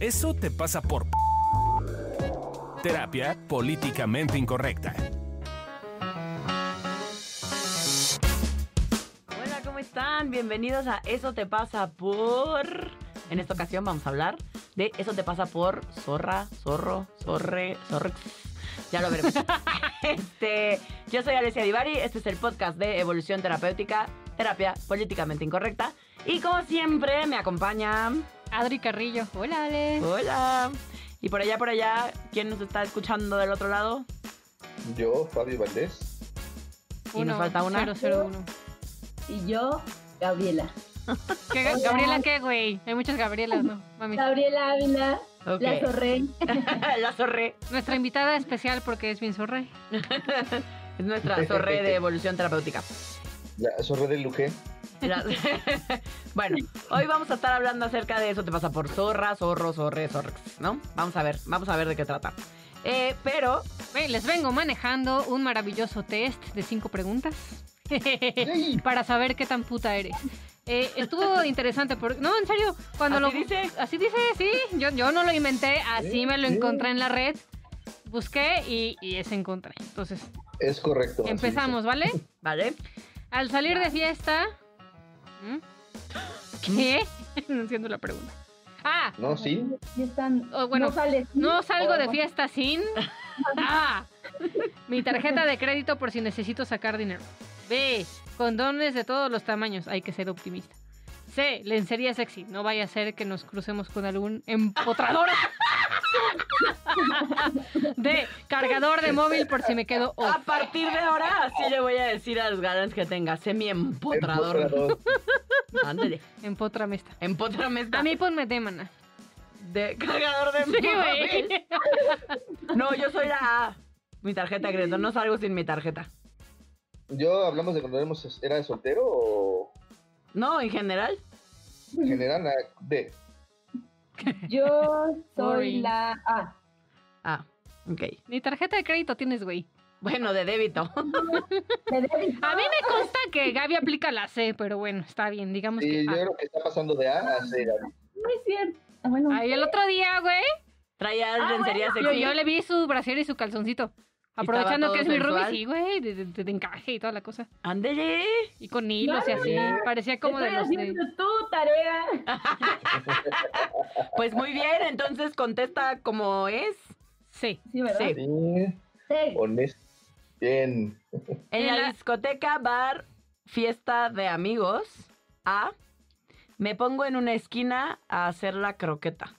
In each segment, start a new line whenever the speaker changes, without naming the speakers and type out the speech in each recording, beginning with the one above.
Eso te pasa por... p- Terapia políticamente incorrecta.
Hola, ¿cómo están? Bienvenidos a Eso te pasa por... En esta ocasión vamos a hablar de Eso te pasa por zorra, zorro, zorre, zorrex. Ya lo veremos. este, yo soy Alessia Divari, este es el podcast de Evolución Terapéutica, Terapia Políticamente Incorrecta. Y como siempre, me acompaña...
Adri Carrillo. Hola, Ale.
Hola. Y por allá, por allá, ¿quién nos está escuchando del otro lado?
Yo, Fabio Valdés.
Y nos falta una.
001.
Y yo, Gabriela.
¿Qué, Ga- ¿Gabriela qué, güey? Hay muchas Gabrielas, ¿no? Mami.
Gabriela Ávila,
Ok.
la Sorrey.
La zorre.
Nuestra invitada especial porque es bien zorra.
Es nuestra zorre de Evolución Terapéutica.
La zorra del Lujé.
La- bueno, hoy vamos a estar hablando acerca de eso. Te pasa por zorra, zorro, zorre, zorrex, ¿no? Vamos a ver, vamos a ver de qué trata. Eh, pero,
Güey, les vengo manejando un maravilloso test de cinco preguntas para saber qué tan puta eres. Eh, estuvo interesante porque... No, en serio, cuando
¿así
lo...
dice?
Así dice, sí. Yo, yo no lo inventé, así me lo encontré en la red. Busqué y, y ese encontré. Entonces,
Oh,
Es correcto. así
empezamos, ¿vale?
¿Vale?
Al salir de fiesta. ¿Mm? ¿Qué? No entiendo la pregunta. Ah,
dice. No, sí.
Y están.
Oh, bueno,
no sales.
no salgo
Oh,
de fiesta sin. Ah, mi tarjeta de crédito por si necesito sacar dinero. B. Condones de todos los tamaños. Hay que ser optimista. C. Lencería sexy. No vaya a ser que nos crucemos con algún empotrador. D. Cargador de móvil por si me quedo oh, off.
A partir de ahora, sí le voy a decir a los galanes que tenga semi-empotrador.
Empotrador.
Ándale,
Empotrame esta.
empótrame esta.
A mí ponme de maná.
De cargador de
Sí, güey.
móvil. No, yo soy la A. Mi tarjeta de crédito. No salgo sin mi tarjeta.
Yo hablamos de cuando éramos, era soltero o
No, en general.
en general la de.
Yo soy
Sorry.
la A.
Ah, ok.
Ni tarjeta de crédito tienes, güey.
Bueno, de débito.
Me debí-
A mí me consta que Gaby aplica la C, pero bueno, está bien, digamos
Sí,
que.
yo
ah.
creo que está pasando de A a C. Gaby.
No es cierto. Ah, Bueno,
Ay, el otro día, güey,
Traía
Ah,
lencería
yo,
sexy.
yo le vi su brasier y su calzoncito. Aprovechando
todo
que es mi
sensual.
rubí, sí, güey, de, de- de encaje y toda la cosa.
Ándele.
Y con hilos y así. Parecía como de
estoy
los Ah, de...
haciendo tu tarea.
Pues muy bien, entonces contesta como es.
Sí.
Sí, ¿verdad?
Sí.
Sí,
Sí.
honesto. Bien.
En
En
la
la-
discoteca, bar, fiesta de amigos. A. Me pongo en una esquina a hacer la croqueta.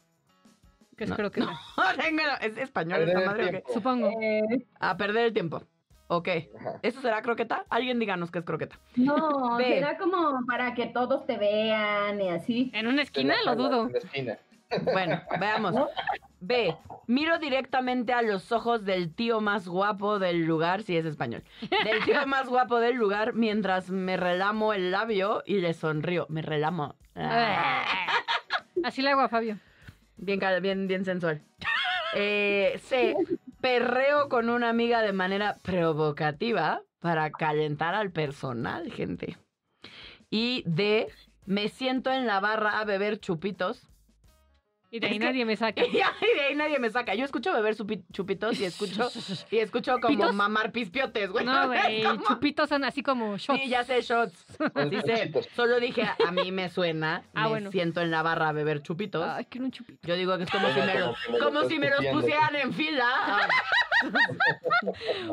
Que
No,
creo que
no. Téngalo, ¿Es español
Perder
esta
el
madre o qué?
tiempo.
Supongo.
Eh,
A perder el tiempo. Ok.
Ajá.
¿Eso será croqueta? Alguien díganos qué es croqueta.
no,
Ve.
será como para que todos te vean y así.
En una esquina,
En la
lo
sala,
dudo.
En la esquina.
Bueno, veamos. B. Miro directamente a los ojos del tío más guapo del lugar, si es español. Del tío más guapo del lugar mientras me relamo el labio y le sonrío. Me relamo. Ah.
Así le hago a Fabio.
Bien, cal- bien, bien sensual. Eh, C. Perreo con una amiga de manera provocativa para calentar al personal, gente. Y D. Me siento en la barra a beber chupitos
Y de ahí
Es que-
nadie me saca.
Y ya, y de ahí nadie me saca. Yo escucho beber supi- chupitos y escucho, y escucho como
¿Pitos?
mamar pispiotes, güey.
No, güey.
¿Cómo?
Chupitos son así como shots.
Sí, ya sé, shots.
Son
Dice,
chupitos.
solo dije, a mí me suena,
Ah,
me
bueno.
siento en la barra a beber chupitos.
Ay, quiero un chupito.
Yo digo que es como si me, los,
Como que me lo
como
estás
si me los
copiando.
pusieran en
Ah,
fila.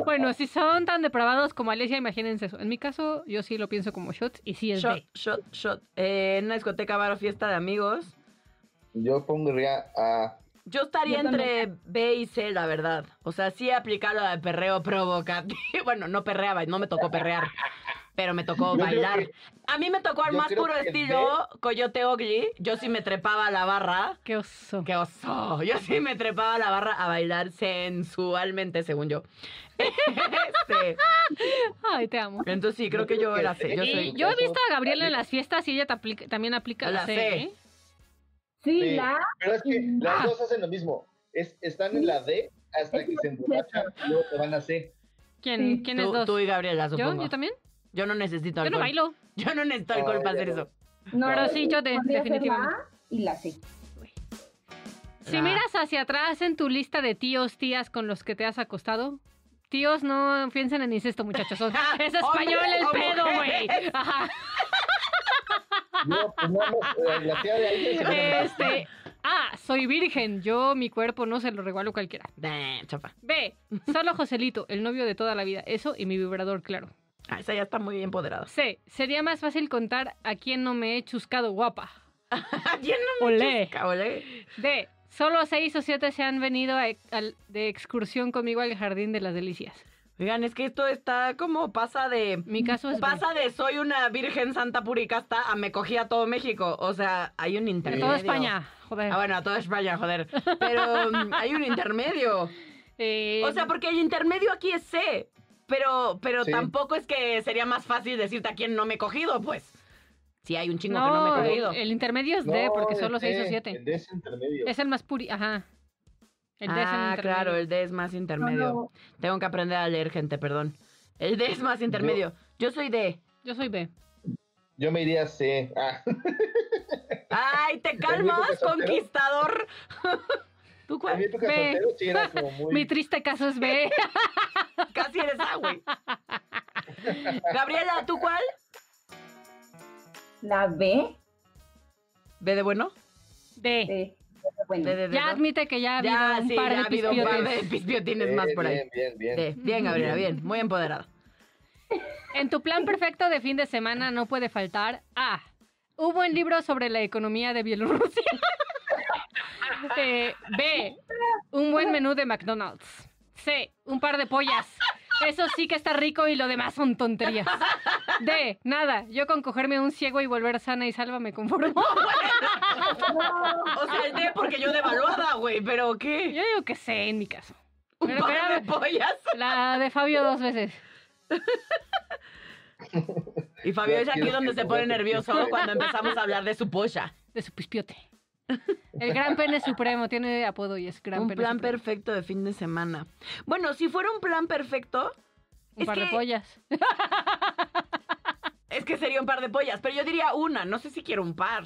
Bueno, si son tan depravados como Alicia, imagínense eso. En mi caso, yo sí lo pienso como shots y sí es
Shot,
B.
shot, shot. Eh, en una discoteca, bar o fiesta de amigos.
Yo pondría a.
Yo estaría
Yo
entre B y C, la verdad. O sea, sí aplicar lo de perreo provocativo. Bueno, no perreaba, no me tocó perrear, pero me tocó
Yo creo
bailar. A mí me tocó al
yo
más
creo
puro
que
estilo Coyote Ogli. Yo sí me trepaba a la barra.
Qué oso.
¡Qué oso! Yo sí me trepaba a la barra a bailar sensualmente, según yo. Este,
Ay, te amo.
entonces sí, creo que yo era C. Yo
Y
soy
yo he visto a Gabriela en las fiestas y ella te aplica- también aplica la,
La
C.
C.
¿eh?
Sí,
Sí.
la A.
Pero es que las
Ah.
dos hacen lo mismo. Es, están en la D hasta
Es
que
lo
se emborrachan y luego te van a C.
¿Quién,
Sí.
¿quién es
tú-
dos?
Tú y Gabriela,
¿Yo?
supongo.
¿Yo también?
Yo no necesito
Yo
alcohol.
no bailo.
Yo no necesito alcohol
Ay,
para
ya
hacer
no.
eso.
No,
Pero sí, yo de,
podría ser la
definitivamente.
A y la C.
Si miras hacia atrás en tu lista de tíos, tías con los que te has acostado, tíos no piensen en incesto, muchachos. Son-
Ah,
es español
Hombres
el
o
pedo, güey.
mujeres.
Ajá.
No, pues nada más, eh, la tía de alguien se llama Martín.
Este, A, soy virgen, yo mi cuerpo no se lo regalo a cualquiera.
Damn, chapa.
B, solo Joselito, el novio de toda la vida. Eso y mi vibrador, claro.
Ah, esa ya está muy empoderada.
C, sería más fácil contar a quién no me he chuscado guapa.
¿Quién no me
Olé.
chusca, olé?
D, solo seis o siete se han venido a- al- de excursión conmigo al Jardín de las Delicias.
Oigan, es que esto está como pasa de...
Mi caso es... B.
Pasa de soy una virgen santa puricasta a me cogí a todo México. O sea, hay un
A
intermedio.
toda España, joder.
Ah, bueno, a toda España, joder. Pero mm, hay un intermedio.
Eh,
O sea, porque el intermedio aquí es C. Pero, pero
Sí.
tampoco es que sería más fácil decirte a quién no me he cogido, pues. Si hay un chingo que no me he cogido.
el, el intermedio es
No,
D, porque solo
el
seis o
D, El
siete.
D es intermedio.
Es el más puri, ajá. El D es el
ah,
intermedio.
claro, el D es más
No,
intermedio.
no,
Tengo que aprender a leer, gente, perdón. El D es más intermedio. Yo soy D.
Yo soy B.
Yo me iría a C. Ah,
¡Ay, te
¿También
calmas,
tú que soltero?
conquistador! ¿Tú
a mí
cuál?
tu casotero sí era como muy...
Mi triste caso es B.
Casi eres A, güey. Gabriela, ¿tú cuál?
La B.
¿D de bueno?
D.
eh, bueno,
D de
Ya
dedo.
admite que ya ha habido
Ya,
un
sí,
par
ya ha
de
habido un par de
pispiotes.
pispiotines
Bien,
más por ahí.
Bien, bien, bien.
De- Bien, Gabriela, bien. Muy empoderada.
En tu plan perfecto de fin de semana no puede faltar A. Un buen libro sobre la economía de Bielorrusia. Eh, B. Un buen menú de McDonald's. C. Un par de pollas. Eso sí que está rico y lo demás son tonterías. D. Nada. Yo con cogerme un ciego y volver sana y salva me conformo.
O sea, el D porque yo devaluada, güey, pero ¿qué?
Yo digo que C en mi caso.
Un
Pero
par de
espérame.
pollas.
La de Fabio dos veces.
Y Fabio
No
es aquí
quiero
donde
que
se
me
pone
toque.
nervioso cuando empezamos a hablar de su polla.
De su pispiote. El gran pene supremo. Tiene apodo y es gran
Un
pene
plan
supremo.
perfecto de fin de semana. Bueno, si fuera un plan perfecto,
Un
Es
par de
que-
pollas.
es que sería un par de pollas, pero yo diría una, no sé si quiero un par.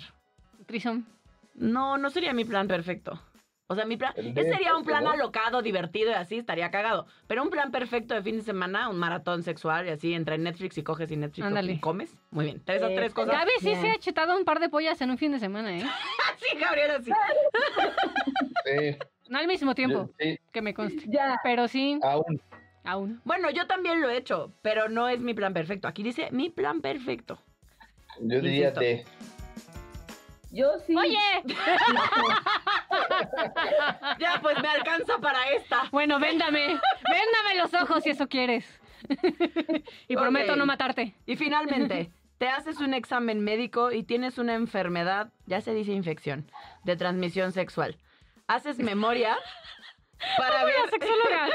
Trison.
No, no sería mi plan perfecto. O sea, mi plan.
El
Ese
de- este,
sería un plan
¿no?
alocado, divertido y así, estaría cagado. Pero un plan perfecto de fin de semana, un maratón sexual y así, entre Netflix y coges y Netflix
Ándale.
y comes. Muy bien. Tres, esas
Eh,
tres cosas.
Gaby sí
Bien.
se ha chetado un par de pollas en un fin de semana, ¿eh?
Sí, Gabriela, sí.
Sí,
No al mismo tiempo,
yo- sí,
que me conste.
Ya,
Pero sí,
aún.
aún.
Bueno, yo también lo he hecho, pero no es mi plan perfecto. Aquí dice mi plan perfecto.
Yo diría
Insisto.
D.
yo sí.
Oye,
Ya, pues me alcanza para esta.
bueno, véndame. Véndame los ojos si eso quieres. y
Ok.
prometo no matarte.
Y finalmente, te haces un examen médico y tienes una enfermedad, ya se dice infección, de transmisión sexual. Haces memoria para ver.
La sexóloga.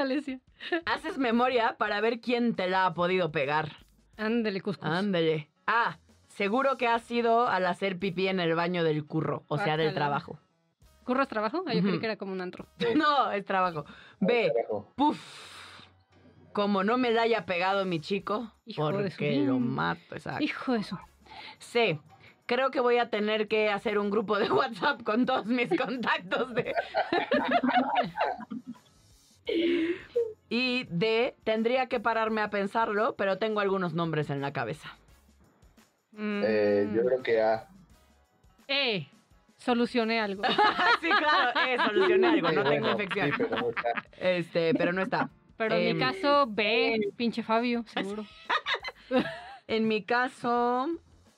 Alesia.
Haces memoria para ver quién te la ha podido pegar.
Ándale, cuscus.
Ándele. Ah, seguro que has sido al hacer pipí en el baño del curro, o sea, del
Guácala.
trabajo.
¿Curros trabajo? Ah, yo creí
Ujú.
que era como un antro.
No, es trabajo. B,
Carajo.
puf. Como no me la haya pegado mi chico,
Hijo de su
porque lo
bien.
mato, exacto.
Hijo de eso.
C, creo que voy a tener que hacer un grupo de WhatsApp con todos mis contactos de... Y D, tendría que pararme a pensarlo, pero tengo algunos nombres en la cabeza.
Eh, yo creo que A.
Mm. Eh, solucioné algo.
sí, claro, eh, solucioné algo, no
Sí,
tengo
bueno,
infección.
sí, pero no está.
Este, pero no está.
Pero en
Em.
mi caso,
eh.
B, pinche Fabio, seguro.
En mi caso,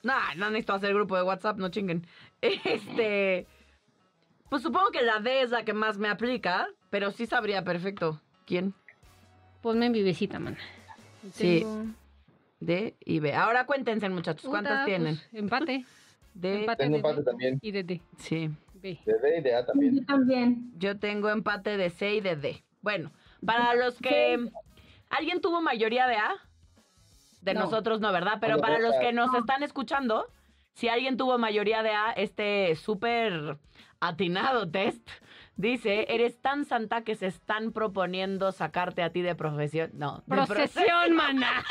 nah, no necesito hacer grupo de WhatsApp, no chinguen. Este, pues supongo que la D es la que más me aplica, pero sí sabría perfecto quién.
Ponme en vivecita, man.
Sí.
Tengo-
D y B. Ahora cuéntense, muchachos, ¿cuántas
Puta,
tienen?
pues, empate.
D,
empate
Tengo
de
empate
D
también.
y de D.
sí.
B.
De D y de A
yo
también.
también.
Yo tengo empate de C y de D. Bueno, para los que... ¿Alguien tuvo mayoría de A? De
No.
nosotros no, ¿verdad? Pero
No,
para los
no.
que nos están escuchando, si alguien tuvo mayoría de A, este súper atinado test dice, eres tan santa que se están proponiendo sacarte a ti de profesión. No, de
Procesión, maná.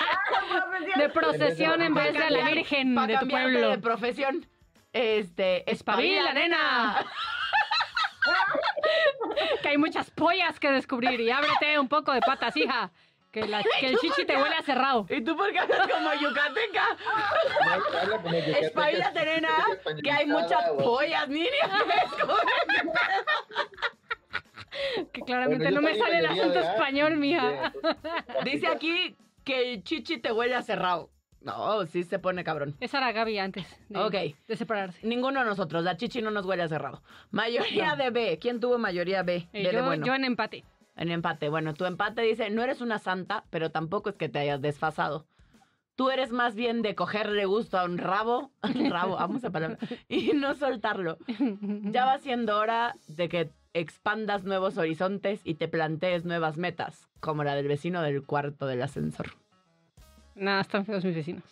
De procesión en vez de a la
cambiar-
Virgen
Para
de tu
cambiarte
pueblo.
de profesión. Este,
Espabila, nena. hay muchas pollas que descubrir y ábrete un poco de patas, hija. Que, la- que el chichi te huele a cerrado.
¿Y tú por qué hablas como yucateca?
Habla como yucateca,
Espabila, nena,
españolizada,
que hay muchas
güey.
pollas, niña.
Que
Bueno,
claramente
yo
no me
también
sale el
debería
acento
de- ah,
español, mija.
Bien, entonces,
Dice aquí que el chichi te huele a cerrado. No, sí se pone cabrón.
Esa era Gaby antes de,
Ok.
de separarse.
Ninguno de nosotros, la chichi no nos huele a cerrado. Mayoría de B. ¿Quién tuvo mayoría B?
Eh,
D de
yo,
bueno.
yo en empate.
En empate. Bueno, tu empate dice, no eres una santa, pero tampoco es que te hayas desfasado. Tú eres más bien de cogerle gusto a un rabo, rabo, amo esa palabra, y no soltarlo. Ya va siendo hora de que expandas nuevos horizontes y te plantees nuevas metas, como la del vecino del cuarto del ascensor.
Nada, están feos mis vecinos.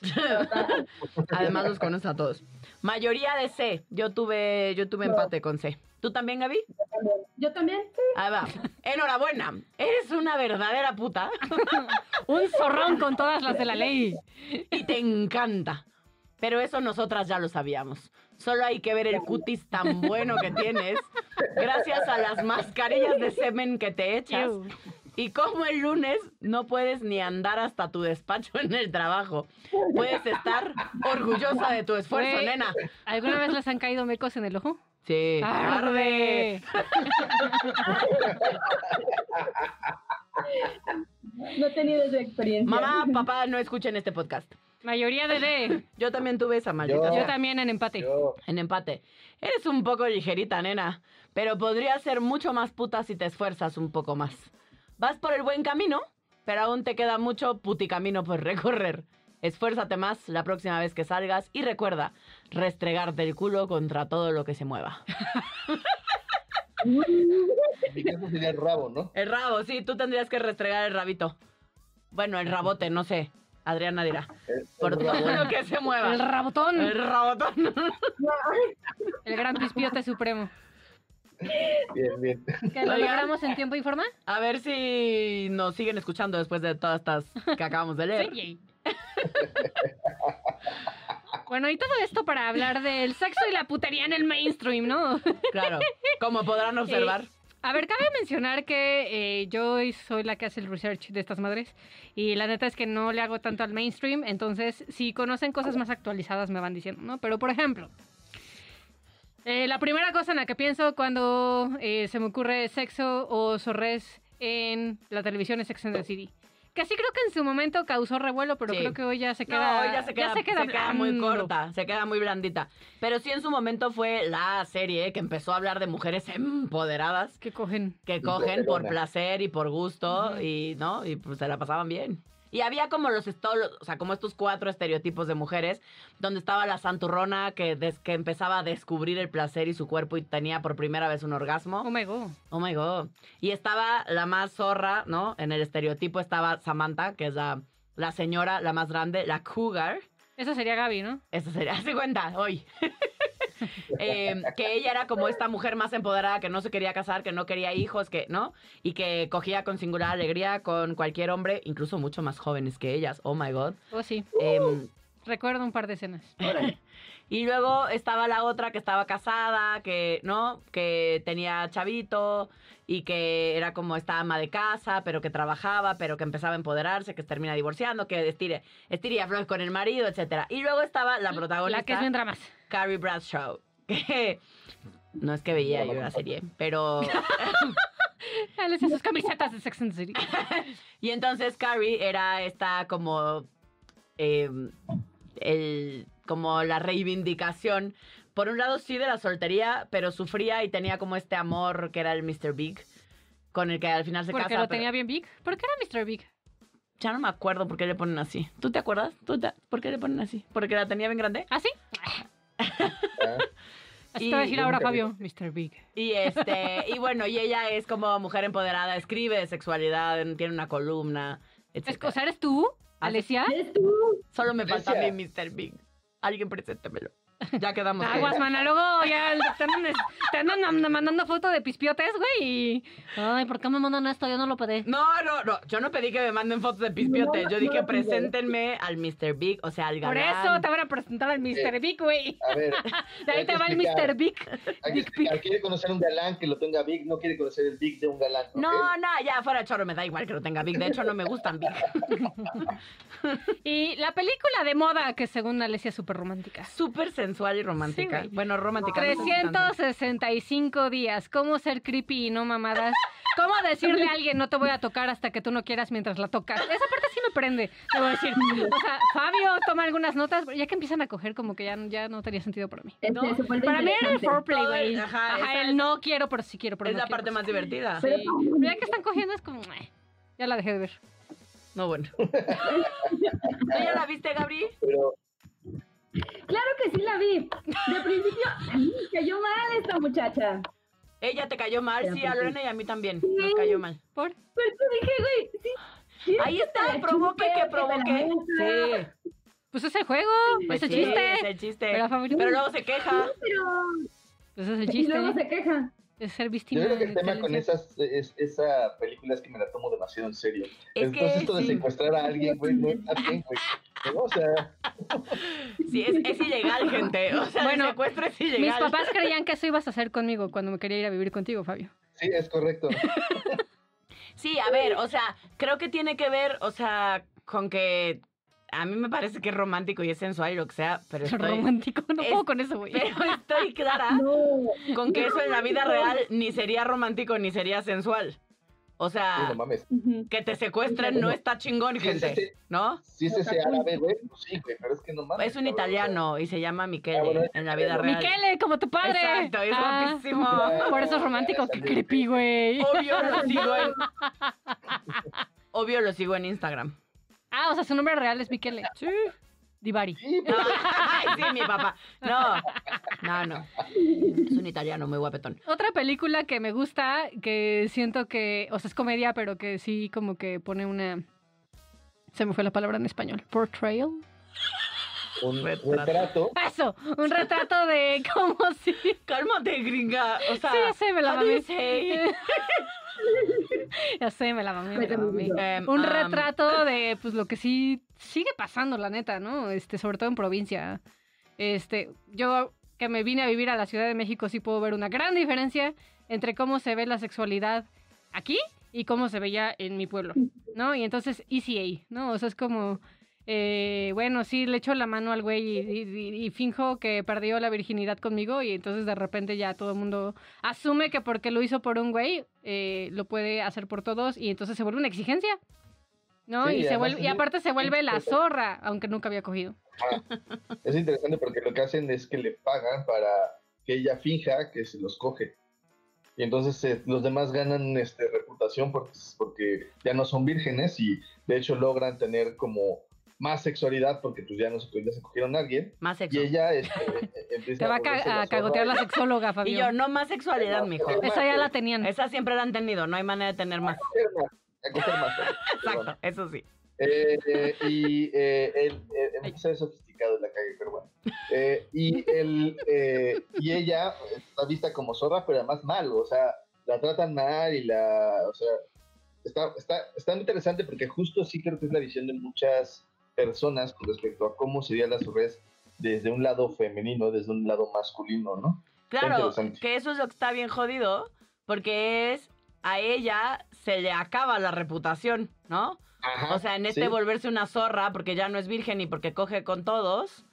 Además los conoce a todos. Mayoría de C. Yo tuve, yo tuve empate con C. ¿Tú también, Gaby?
Yo también.
Ahí va. Enhorabuena. Eres una verdadera puta.
Un zorrón con todas las de la ley.
y te encanta. Pero eso nosotras ya lo sabíamos. Solo hay que ver el cutis tan bueno que tienes, gracias a las mascarillas de semen que te echas.
Ew.
Y como el lunes no puedes ni andar hasta tu despacho en el trabajo. Puedes estar orgullosa de tu esfuerzo,
Güey.
nena.
¿Alguna vez les han caído mecos en el ojo?
Sí.
¡Arde!
No he tenido esa experiencia.
Mamá, papá, no escuchen este podcast.
Mayoría de D.
Yo también tuve esa maldita.
Yo-
Yo
suerte.
también en empate.
Yo,
En empate. Eres un poco ligerita, nena, pero podría ser mucho más puta si te esfuerzas un poco más. Vas por el buen camino, pero aún te queda mucho puticamino por recorrer. Esfuérzate más la próxima vez que salgas y recuerda restregarte el culo contra todo lo que se mueva.
en mi caso sería el rabo, ¿no?
El rabo, sí, tú tendrías que restregar el rabito. Bueno, el rabote, no sé. Adriana dirá.
El- el
Por todo
rabo.
lo que se mueva.
El rabotón.
El rabotón.
El gran pispiote supremo.
Bien, bien.
¿Que lo
Oigan.
logramos en tiempo y forma?
A ver si nos siguen escuchando después de todas estas que acabamos de leer.
Bueno, y todo esto para hablar del sexo y la putería en el mainstream, ¿no?
Claro, como podrán observar.
A ver, cabe mencionar que eh, yo soy la que hace el research de estas madres y la neta es que no le hago tanto al mainstream, entonces si conocen cosas más actualizadas me van diciendo, ¿no? Pero por ejemplo, eh, la primera cosa en la que pienso cuando eh, se me ocurre sexo o zorrés en la televisión es Sex and the City. Que sí creo que en su momento causó revuelo, pero
Sí.
creo que hoy ya se
No,
queda,
hoy ya se queda, se queda muy
blando.
corta, se queda muy blandita. Pero sí en su momento fue la serie que empezó a hablar de mujeres empoderadas
Que cogen.
que cogen por
Empoderona.
placer y por gusto
Ujú.
y no, y pues se la pasaban bien. Y había como los esto- o sea, como estos cuatro estereotipos de mujeres, donde estaba la santurrona que, des- que empezaba a descubrir el placer y su cuerpo y tenía por primera vez un orgasmo.
Oh my god.
Oh my god. Y estaba la más zorra, ¿no? En el estereotipo estaba Samantha, que es la, la señora, la más grande, la cougar.
Esa sería Gaby, ¿no?
Eso sería, hace cuenta, hoy. Eh, que ella era como esta mujer más empoderada que no se quería casar, que no quería hijos, que, ¿no? Y que cogía con singular alegría con cualquier hombre, incluso mucho más jóvenes que ellas. Oh my god.
Oh sí.
Em,
Recuerdo un par de escenas.
Y luego estaba la otra que estaba casada, que, ¿no? Que tenía chavito y que era como esta ama de casa, pero que trabajaba, pero que empezaba a empoderarse, que se termina divorciando, que estire, estire y afloje con el marido, etcétera. Y luego estaba la protagonista,
La que es bien dramas.
Carrie Bradshaw, que no es que veía yo la serie, pero...
Ah, Les hace sus camisetas de Sex and the City.
Y entonces Carrie era esta como eh, el, como la reivindicación. Por un lado sí de la soltería, pero sufría y tenía como este amor que era el Mr. Big, con el que al final se
Porque
casa.
lo
pero-
tenía bien big. ¿Por qué era Mr. Big?
Ya no me acuerdo por qué le ponen así. ¿Tú te acuerdas? ¿Tú te- ¿Por qué le ponen así? ¿Porque la tenía bien grande?
¿Ah, sí?
Ah,
Así
Y-
te voy a decir ahora,
Nunca
Fabio. Mr. Big.
Y este, y bueno, y ella es como mujer empoderada, escribe de sexualidad, tiene una columna,
Es,
etc.
o sea, ¿eres tú,
Ah, sí.
Alesia?
¿Eres tú?
Solo me falta a
Alicia.
mí Mr. Big. Alguien preséntemelo. Ya quedamos. que-
Aguas, mana, luego ya te andan, te andan am- mandando foto de pispiotes, güey. y- Ay, ¿por qué me mandan esto? Yo no lo pedí.
No, no, no. Yo no pedí que me manden fotos de pispiote.
No,
Yo
no,
dije,
no.
preséntenme al Mr. Big, o sea, al
Por
galán.
eso te van a presentar al Mr. Big, güey.
A ver,
De ahí
hay que
te va el
explicar.
Mr. Big.
hay que
Dick pic.
explicar. Quiere conocer un galán que lo tenga Big, no quiere conocer el Big de un galán. ¿ok?
No, no, ya fuera choro, me da igual que lo tenga Big. De hecho, no me gustan Big.
Y la película de moda, que según Alesia es súper romántica.
Súper sensual y romántica.
Sí, güey.
bueno, romántica. no sé si tanto.
365 días. ¿Cómo ser creepy y no mamadas? ¿Cómo decirle a alguien no te voy a tocar hasta que tú no quieras mientras la tocas? Esa parte sí me prende, debo decir. O sea, Fabio toma algunas notas, pero ya que empiezan a coger como que ya, ya no tenía sentido para mí.
Este,
No,
se vuelve
Para mí era el
interesante.
foreplay,
Todo el-
güey.
ajá,
Ajá,
esa
el
es-
no quiero, pero sí quiero, pero
Es
no
la
quiero.
parte más divertida.
Sí. Pero ya que están cogiendo es como... "Meh". Ya la dejé de ver.
No, bueno. ¿Tú ya la viste, Gabri?
Pero
Claro que sí la vi. De principio, a mí me cayó mal esta muchacha.
Ella te cayó mal,
Ya,
sí, a
pues, sí.
Lorena y a mí también. Nos cayó mal.
¿Por?
Pero yo dije, güey, sí. ¿quieres
Ahí
que
está,
te la
provoque
chupe,
que
te la
provoque.
meta?
Pues es el juego,
Pues
es el
sí,
chiste.
Es el chiste.
Pero,
Pero,
Fabio-
luego se queja.
Pero...
Pues es el
Y luego
chiste.
se queja.
Es ser
yo
víctima.
creo que el
de
tema con
violencia.
esas es- esa película es que me la tomo demasiado en serio.
Es que
Entonces, esto de
sí.
secuestrar a alguien, güey, no está bien, güey. No, o sea,
Sí, es, es ilegal, gente. O sea,
Bueno,
el secuestro es ilegal.
Mis papás creían que eso ibas a hacer conmigo cuando me quería ir a vivir contigo, Fabio.
sí, es correcto.
Sí, a ver, o sea, creo que tiene que ver, o sea, con que a mí me parece que es romántico y es sensual y lo que sea, pero estoy,
Romántico, no
es-
puedo con eso, güey.
pero estoy clara
No.
con que eso en la vida real ni sería romántico ni sería sensual. O
Sí, no
sea,
mames.
Ujú.
que te secuestren no está chingón,
Sí, sí,
gente,
sí.
¿no?
Si es ese árabe, güey, pues sí, güey, pero es que no mames.
Es un
cabrón, o sea,
italiano y se llama
Ah, bueno,
Michele
es
en la vida real.
italiano.
Michele, como tu padre.
Exacto, es
Ah,
guapísimo.
Por eso es romántico, qué creepy, güey.
Obvio lo sigo en... Obvio lo sigo en Instagram.
Ah, o sea, su nombre real es Michele. Sí. Divari.
Sí,
No,
pues,
ay, sí, mi papá. No, no, no. Es un italiano muy guapetón.
Otra película que me gusta, que siento que, o sea, es comedia, pero que sí como que pone una... Se me fue la palabra en español. Portrayal.
un
Retrato.
retrato.
Eso, un retrato de cómo si...
Cálmate, gringa. O sea,
Sí, ya sé, me la
how do you
mamé.
say?
ya sé, me la mamé, me la
Cuéntame,
mamé.
amigo.
Em,
Un
am,
retrato de pues lo que sí sigue pasando, la neta, ¿no? Este, sobre todo en provincia. Este, yo que me vine a vivir a la Ciudad de México sí puedo ver una gran diferencia entre cómo se ve la sexualidad aquí y cómo se veía en mi pueblo, ¿no? Y entonces ECA, ¿no? O sea, es como eh, bueno, sí, le echo la mano al güey y, y- y- y finjo que perdió la virginidad conmigo y entonces de repente ya todo el mundo asume que porque lo hizo por un güey, eh, lo puede hacer por todos y entonces se vuelve una exigencia. ¿No?
Sí,
y, se
además
vuelve,
es
y
muy-
aparte se vuelve la zorra, aunque nunca había cogido.
Es interesante porque lo que hacen es que le pagan para que ella finja que se los coge. Y entonces eh, los demás ganan este, reputación porque, porque ya no son vírgenes y de hecho logran tener como más sexualidad porque pues ya no se, ya se cogieron a alguien.
Más sexo.
Y ella este, eh, eh, empieza
Te va a, ca-
volverse
a
la zorra.
cagotear la sexóloga,
Y
Fabio.
yo, no más sexualidad, mijo.
Esa ya la tenían.
Esa siempre la han tenido, no hay manera de tener más.
A coger más, a coger más, perdón.
Exacto, eso sí.
Eh, eh, y eh, el, eh, eh, ser sofisticado en la calle, pero bueno. Eh, y, el, eh, y ella está vista como zorra, pero además mal, o sea, la tratan mal y la, o sea, está, está, está muy interesante porque justo sí creo que es la visión de muchas personas con respecto a cómo sería la zorrez desde un lado femenino, desde un lado masculino, ¿no?
Claro,
interesante.
que eso es lo que está bien jodido, porque es a ella se le acaba la reputación, ¿no?
Ajá,
O sea, en este
sí.
volverse una zorra, porque ya no es virgen y porque coge con todos,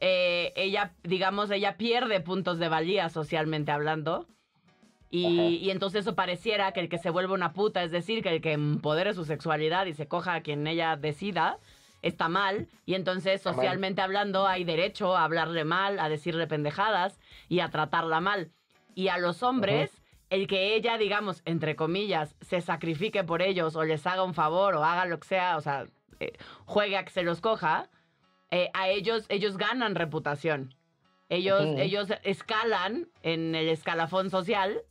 eh, ella, digamos, ella pierde puntos de valía socialmente hablando.
Ajá.
Y, y entonces eso pareciera que el que se vuelve una puta, es decir, que el que empodere su sexualidad y se coja a quien ella decida, está mal. Y entonces
mal.
socialmente hablando hay derecho a hablarle mal, a decirle pendejadas y a tratarla mal. Y a los hombres, el que ella, digamos, entre comillas, se sacrifique por ellos o les haga un favor o haga lo que sea, o sea, eh, juegue a que se los coja, eh, a ellos, ellos ganan reputación. Ellos,
Ujú.
ellos escalan en el escalafón social,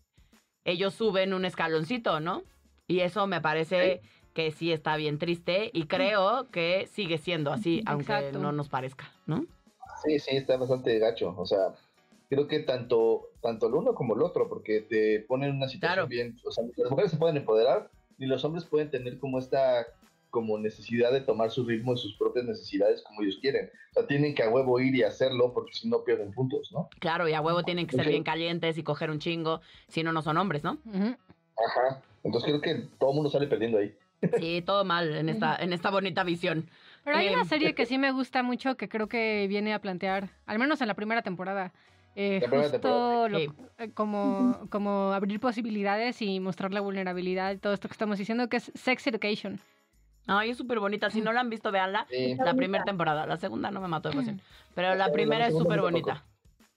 ellos suben un escaloncito, ¿no? Y eso me parece que sí está bien triste y creo que sigue siendo así, aunque
Exacto.
no nos parezca, ¿no?
Sí, sí, está bastante gacho. O sea, creo que tanto, tanto el uno como el otro, porque te ponen una situación
Claro.
bien. O sea, ni las mujeres se pueden empoderar, ni los hombres pueden tener como esta como necesidad de tomar su ritmo y sus propias necesidades como ellos quieren. O sea, tienen que a huevo ir y hacerlo porque si no pierden puntos, ¿no?
Claro, y a huevo tienen que ser
Sí.
bien calientes y coger un chingo, si no, no son hombres, ¿no?
Ujú.
Ajá. Entonces creo que todo el mundo sale perdiendo ahí.
Sí, todo mal en esta, en esta bonita visión.
Pero hay una
Em.
serie que sí me gusta mucho que creo que viene a plantear, al menos en la primera temporada, eh,
La primera
justo
temporada,
lo-
sí.
eh, como, como abrir posibilidades y mostrar la vulnerabilidad, todo esto que estamos diciendo, que es Sex Education.
Ay, es súper bonita. Si no la han visto, véanla.
Sí.
La primera temporada, la segunda no me mató de pasión. Pero la
Pero Ah. la
primera es
segunda
súper
me
bonita.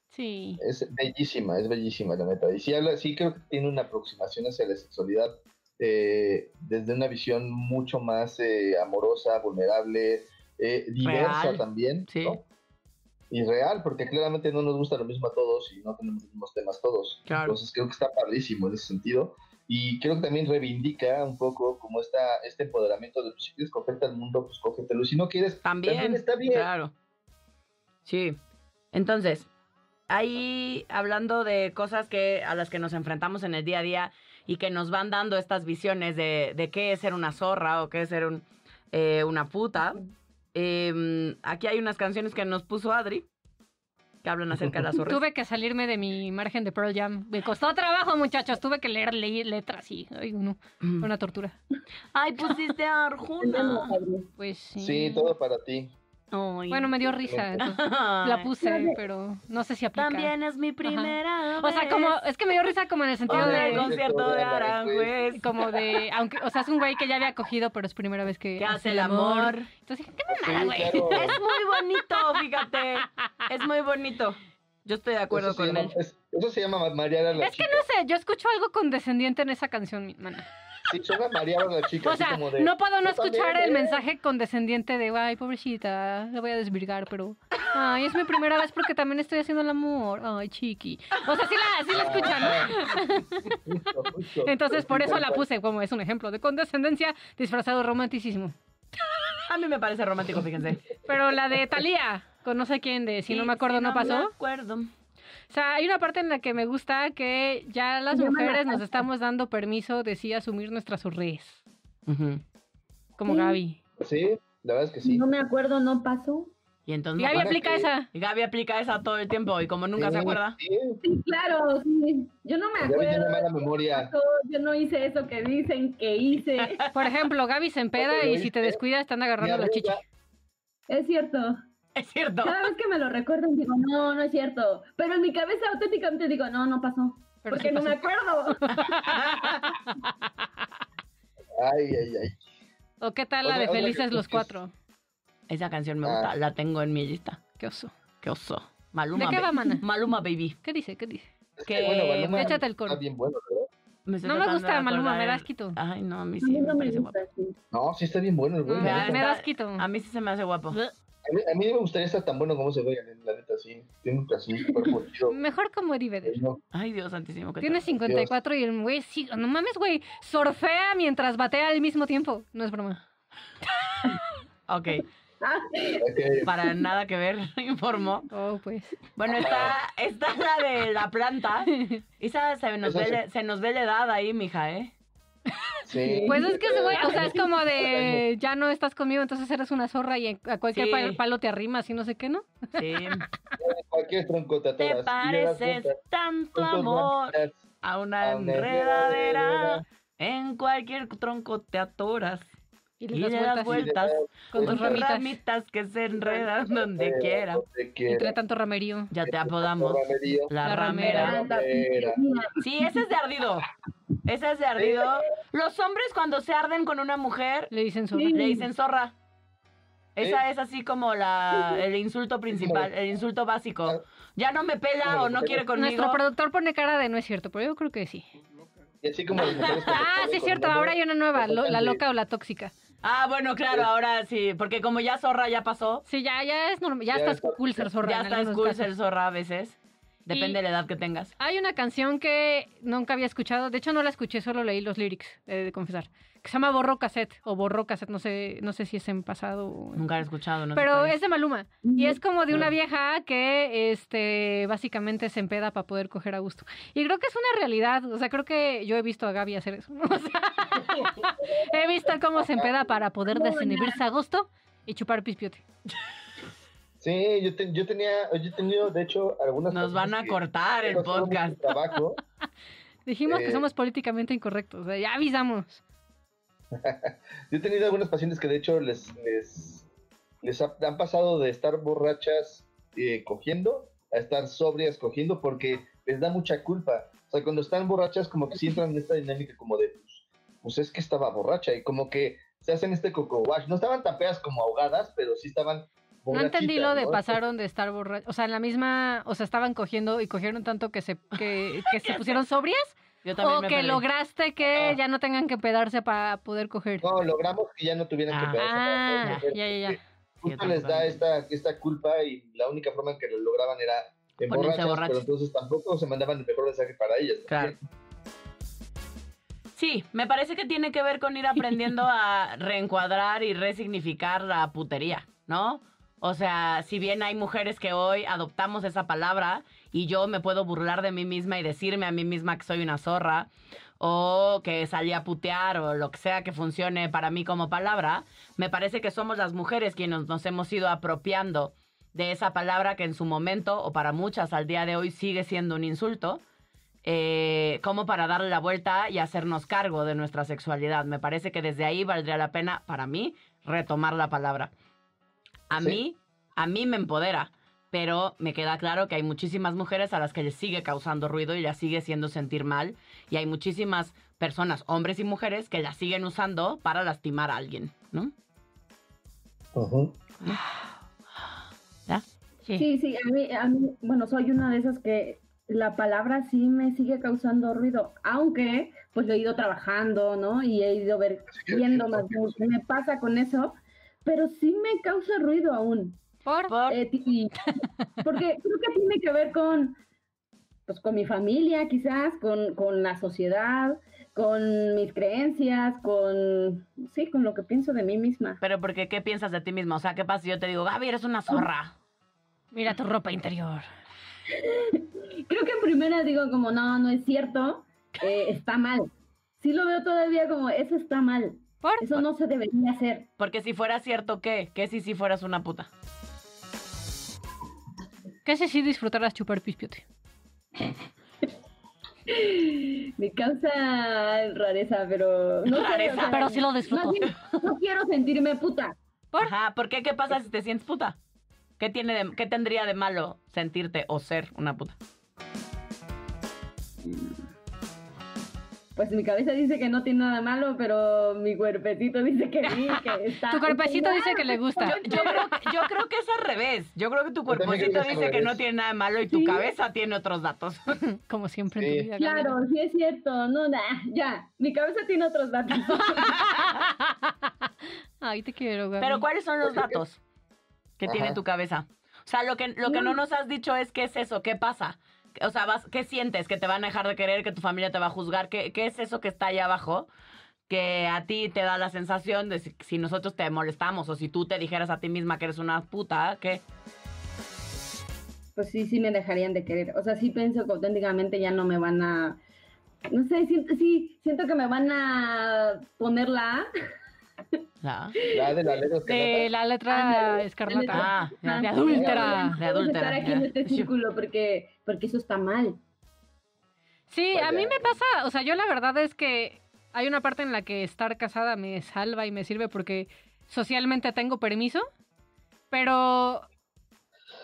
Sí.
Es bellísima, es bellísima, la neta. Y sí, habla, sí creo que tiene una aproximación hacia la sexualidad eh, desde una visión mucho más eh, amorosa, vulnerable, eh, diversa
Real.
también.
Sí.
¿no? Y real, porque claramente no nos gusta lo mismo a todos y no tenemos los mismos temas todos.
Claro.
Entonces creo que está padrísimo en ese sentido. Y creo que también reivindica un poco como esta, este empoderamiento de pues, si quieres cogerte al mundo, pues cógetelo. Si no quieres, también
También,
está bien.
claro. Sí. Entonces, ahí hablando de cosas que a las que nos enfrentamos en el día a día y que nos van dando estas visiones de, de qué es ser una zorra o qué es ser un, eh, una puta. em, aquí hay unas canciones que nos puso Adri que hablan acerca de la zorra.
Tuve que salirme de mi margen de Pearl Jam. Me costó trabajo, muchachos. Tuve que leer, leer letras y... Ay, no,
Mm.
fue una tortura.
Ay, pusiste a Arjuna.
Pues sí.
Sí, todo para ti.
Ay.
Bueno, me dio risa. entonces, la
Ay.
puse, pero no sé si aplica.
También es mi primera
O sea,
vez.
como... Es que me dio risa como en el sentido
Otra
Ay,
de...
el concierto de
Y
Aranjuez.
como de, aunque, o sea, es un güey que ya había cogido, pero es primera vez que,
Que hace el amor.
Entonces dije,
Sí,
qué mamada, güey.
claro.
Ah, Es muy bonito, fíjate. Es muy bonito. Yo estoy de acuerdo
Eso
con
se
él.
llama- es- eso se llama marear a la
Es que
chica.
no sé, yo escucho algo condescendiente en esa canción, mi hermana.
Sí, suena marear a la chica.
O
así
sea,
como de,
no puedo no
"Yo también,
escuchar el
¿eh?".
mensaje condescendiente de, ay, pobrecita, la voy a desvirgar, pero, ay, es mi primera vez porque también estoy haciendo el amor, ay, chiqui. O sea, sí la, sí la escuchan, ¿no?
Justo, justo.
Entonces, por eso la
Tal cual.
puse como es un ejemplo de condescendencia disfrazado de romanticismo.
A mí me parece romántico, fíjense.
Pero la de Thalía, con no sé quién de, si no me acuerdo,
Sí,
no pasó.
me acuerdo.
O sea, hay una parte en la que me gusta que ya las
Yo me la
mujeres nos
paso.
estamos dando permiso de sí asumir nuestras horrores, como
Sí.
Gaby.
Sí, la verdad es que sí.
No me acuerdo, no pasó.
Y entonces. pues,
Gaby
Ahora
aplica
que-
esa.
Y Gaby aplica esa todo el tiempo y como nunca
Sí,
se acuerda.
Sí,
Sí, claro, sí. Yo no me
ya vi
acuerdo.
una mala memoria.
pasó, Yo no hice eso que dicen que hice.
Por ejemplo, Gaby se empeda y si te descuidas te anda
Mi
agarrando la
arruga-
chicha.
Es cierto.
Es cierto.
Cada vez que me lo recuerdan digo, no, no es cierto. Pero en mi cabeza auténticamente digo, no, no pasó.
Pero
porque
sí
no
pasó.
me acuerdo.
Ay, ay, ay.
¿O qué tal la
Otra-
de
otra que
Felices los
escuches.
Cuatro?
Esa canción me
Ah.
gusta. La tengo en mi lista.
Qué oso.
Qué oso. Maluma.
¿De qué
ba-
va, mana?
Maluma Baby.
¿Qué dice? ¿Qué dice?
Es
Que-
Maluma
échate el coro.
Está bien bueno, ¿verdad?
estoy
No me
tratando de
gusta Maluma, me
acordar.
das quito.
Ay, no, a mí
A
sí
mí
me
no me
parece guapo.
gusta así.
No, sí está bien bueno el güey.
Me
la
Ah,
neta.
me
está-
das quito.
A mí sí se me hace guapo.
A mí, a mí me gustaría estar tan bueno como se ve, la neta, sí. Tiene un así, un cuerpo chido.
Mejor como Eddie Vedder.
No,
Ay, Dios santísimo. qué
Tiene 54 y el güey sí, no mames, güey, sorfea mientras batea al mismo tiempo. No es broma.
tal- Ok.
Ah,
es que-
Para nada que ver, informó.
Oh, pues.
Bueno, está, está la de la planta. Esa se nos,
Esa
ve,
sí.
la- se nos ve la edad ahí, mija, ¿eh?
sí.
Pues es que es, güey, o sea, es como
Ay,
de ya no estás conmigo, entonces eres una zorra y a cualquier
Sí.
pal- palo te arrimas y no sé qué, ¿no?
Sí.
no, Cualquier tronco te atoras,
Te
y le das
pareces
vueltas,
tanto
juntos
amor
marchas
a una
a una enredadera.
enredadera. En cualquier tronco te atoras.
Y
Y
le das
le das
vueltas
y le
vueltas
das
con tus
con tus
vueltas.
ramitas.
ramitas que se enredan donde
Eh,
quiera.
donde quiera.
entre tanto ramerío.
Ya te apodamos
Ramerío.
la
La
ramera.
ramera.
tanta
Era.
mira,
Sí, ese es de ardido. Ese es de ardido. Los hombres cuando se arden con una mujer
Le dicen zorra.
Sí.
le dicen zorra. Esa
Sí.
es así como la, el insulto principal, el insulto básico. Ya no me pela o no quiere conmigo.
Nuestro productor pone cara de no es cierto, pero yo creo que sí.
Y así como las mujeres cuando
Ah,
salen
sí es
con
cierto,
un hombre,
ahora hay una nueva, lo- la
Sí.
loca o la tóxica.
Ah, bueno, claro, ahora sí, porque como ya zorra ya pasó,
Sí, ya, ya es normal, ya,
Ya
hasta
está.
es cool ser zorra.
ya
en
está es
algunos
cool
casos.
ser zorra a veces. Depende de
Y-
la edad que tengas.
Hay una canción que nunca había escuchado, de hecho no la escuché, solo leí los lyrics, he de confesar, que se llama Borró Cassette o Borró Cassette, no sé, no sé si es en pasado o...
Nunca la he escuchado, no sé
Pero
cuál
es de Maluma. Y es como de una vieja que este básicamente se empeda para poder coger a gusto. Y creo que es una realidad. O sea, creo que yo he visto a Gaby hacer eso. O sea, he visto cómo se empeda para poder desinhibirse a gusto y chupar pispiote.
Sí, yo, te- yo tenía, yo he tenido, de hecho, algunas.
Nos
personas
van a
que-
cortar el
no son de
podcast.
Trabajo.
Dijimos que
Eh.
somos políticamente incorrectos. o sea, ya avisamos.
Yo he tenido algunos pacientes que de hecho les, les, les ha- han pasado de estar borrachas eh, cogiendo a estar sobrias cogiendo porque les da mucha culpa. O sea, cuando están borrachas como que sí entran en esta dinámica como de, pues, pues es que estaba borracha y como que se hacen este coco wash. No estaban tan feas como ahogadas, pero sí estaban
No
borrachitas.
entendí lo de
¿no?
pasaron de estar borrachos. O sea, en la misma. O sea, estaban cogiendo y cogieron tanto que se, que, que se pusieron sobrias.
Yo también
O
me
que
perdí.
lograste que
Ah.
ya no tengan que pedarse para poder coger.
No, logramos que ya no tuvieran que
Ah,
pegarse para
Ah,
poder
ya, ya, ya.
justo les da esta, esta culpa y la única forma en que lo lograban era en
Ponerse
borrachas,
borrachas.
pero entonces tampoco se mandaban el mejor mensaje para ellas.
Claro. Sí, me parece que tiene que ver con ir aprendiendo a reencuadrar y resignificar la putería, ¿no? O sea, si bien hay mujeres que hoy adoptamos esa palabra y yo me puedo burlar de mí misma y decirme a mí misma que soy una zorra o que salí a putear o lo que sea que funcione para mí como palabra, me parece que somos las mujeres quienes nos hemos ido apropiando de esa palabra que en su momento o para muchas al día de hoy sigue siendo un insulto eh, como para darle la vuelta y hacernos cargo de nuestra sexualidad. Me parece que desde ahí valdría la pena, para mí, retomar la palabra. A
Sí.
mí, a mí me empodera, pero me queda claro que hay muchísimas mujeres a las que les sigue causando ruido y las sigue haciendo sentir mal. Y hay muchísimas personas, hombres y mujeres, que las siguen usando para lastimar a alguien, ¿no?
Ujú.
Sí.
Sí, sí, a mí, a mí, bueno, soy una de esas que la palabra sí me sigue causando ruido, aunque pues lo he ido trabajando, ¿no? Y he ido ver,
que-
viendo más bien qué me pasa con eso, pero sí me causa ruido aún.
Por
Por-
Eh, ti- y- porque creo que tiene que ver con, pues, con mi familia, quizás, con, con la sociedad, con mis creencias, con, sí, con lo que pienso de mí misma.
Pero porque, ¿qué piensas de ti mismo? O sea, ¿qué pasa si yo te digo, Gaby, eres una zorra?
Mira tu ropa interior.
Creo que en primera digo como, no, no es cierto, eh, está mal. Sí lo veo todavía como, eso está mal,
Por
eso no se debería hacer.
Porque si fuera cierto, ¿qué? ¿Qué si si fueras una puta?
que si sí disfrutarás chupar pispiote.
Me causa rareza, pero... No sé,
Rareza,
pero sí lo disfruto.
más bien, no quiero sentirme puta.
¿Por?
Ajá, ¿por qué? ¿Qué pasa si te sientes puta? ¿Qué, tiene de- ¿Qué tendría de malo sentirte o ser una puta?
Pues mi cabeza dice que no tiene nada malo, pero mi cuerpecito dice que sí, que está...
Tu cuerpecito dice que le gusta.
Yo, yo creo, que- yo creo que es al revés. Yo creo que tu
Yo también creo
cuerpocito
que es al
dice que no
revés.
tiene nada de malo y tu
Sí.
cabeza tiene otros datos.
Como siempre en tu
Sí.
vida. Gabriela.
Claro, sí es cierto, no, nah, ya, mi cabeza tiene otros datos.
Ay, te quiero, Gaby.
Pero ¿cuáles son los datos que tiene
Ajá.
tu cabeza? O sea, lo que, lo que
Mm.
no nos has dicho es qué es eso, qué pasa. O sea, vas, ¿qué sientes? ¿Que te van a dejar de querer? ¿Que tu familia te va a juzgar? ¿Qué, qué es eso que está ahí abajo? Que a ti te da la sensación de si, si nosotros te molestamos o si tú te dijeras a ti misma que eres una puta, ¿qué?
pues sí, sí me dejarían de querer. O sea, sí pienso que auténticamente ya no me van a. No sé, siento, sí, siento que me van a poner la A.
Ah,
La de la letra es que
De
nota.
la letra
Ándale,
escarlata.
ándale.
ah, ya.
de adúltera,
de
Vamos a estar
adúltera,
aquí en
ya.
este círculo porque, porque eso está mal.
Sí, a mí
Vaya.
me pasa, o sea, yo la verdad es que hay una parte en la que estar casada me salva y me sirve porque socialmente tengo permiso, pero,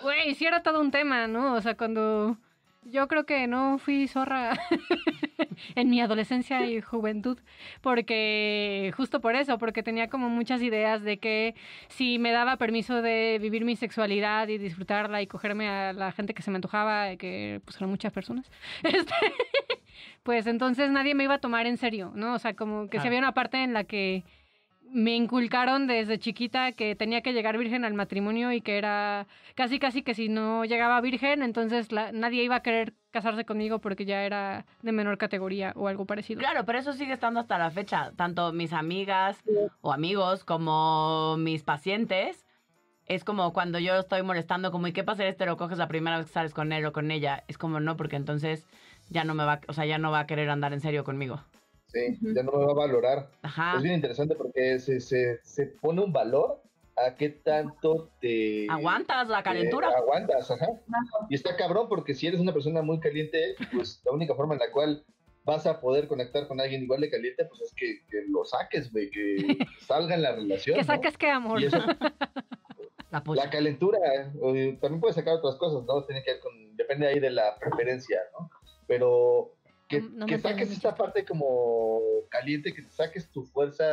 güey, sí era todo un tema, ¿no? O sea, cuando yo creo que no fui zorra en mi adolescencia y juventud, porque justo por eso, porque tenía como muchas ideas de que si me daba permiso de vivir mi sexualidad y disfrutarla y cogerme a la gente que se me antojaba, que pues eran muchas personas, este, pues entonces nadie me iba a tomar en serio, ¿no? O sea, como que
Claro.
se había una parte en la que me inculcaron desde chiquita que tenía que llegar virgen al matrimonio y que era casi casi que si no llegaba virgen, entonces la- nadie iba a querer casarse conmigo porque ya era de menor categoría o algo parecido.
Claro, pero eso sigue estando hasta la fecha. Tanto mis amigas o amigos como mis pacientes. Es como cuando yo estoy molestando, como, ¿y qué pasa si este lo coges la primera vez que sales con él o con ella? Es como, no, porque entonces ya no me va, o sea, ya no va a querer andar en serio conmigo.
Sí,
Ujú.
ya no me va a valorar.
Ajá.
Es bien interesante porque se, se, se pone un valor a qué tanto te...
Aguantas la
te
calentura.
aguantas, ajá. Y está cabrón porque si eres una persona muy caliente, pues la única forma en la cual vas a poder conectar con alguien igual de caliente, pues es que, que lo saques, güey, que salga en la relación.
que
¿no?
saques que amor.
Y eso-
La
pues.
pucha.
la calentura, eh, también puede sacar otras cosas, ¿no? Tiene que ver con, depende ahí de la preferencia, ¿no? Pero que,
Mm, No- no
que
me entendí
saques
mi
esta parte como caliente, que saques tu fuerza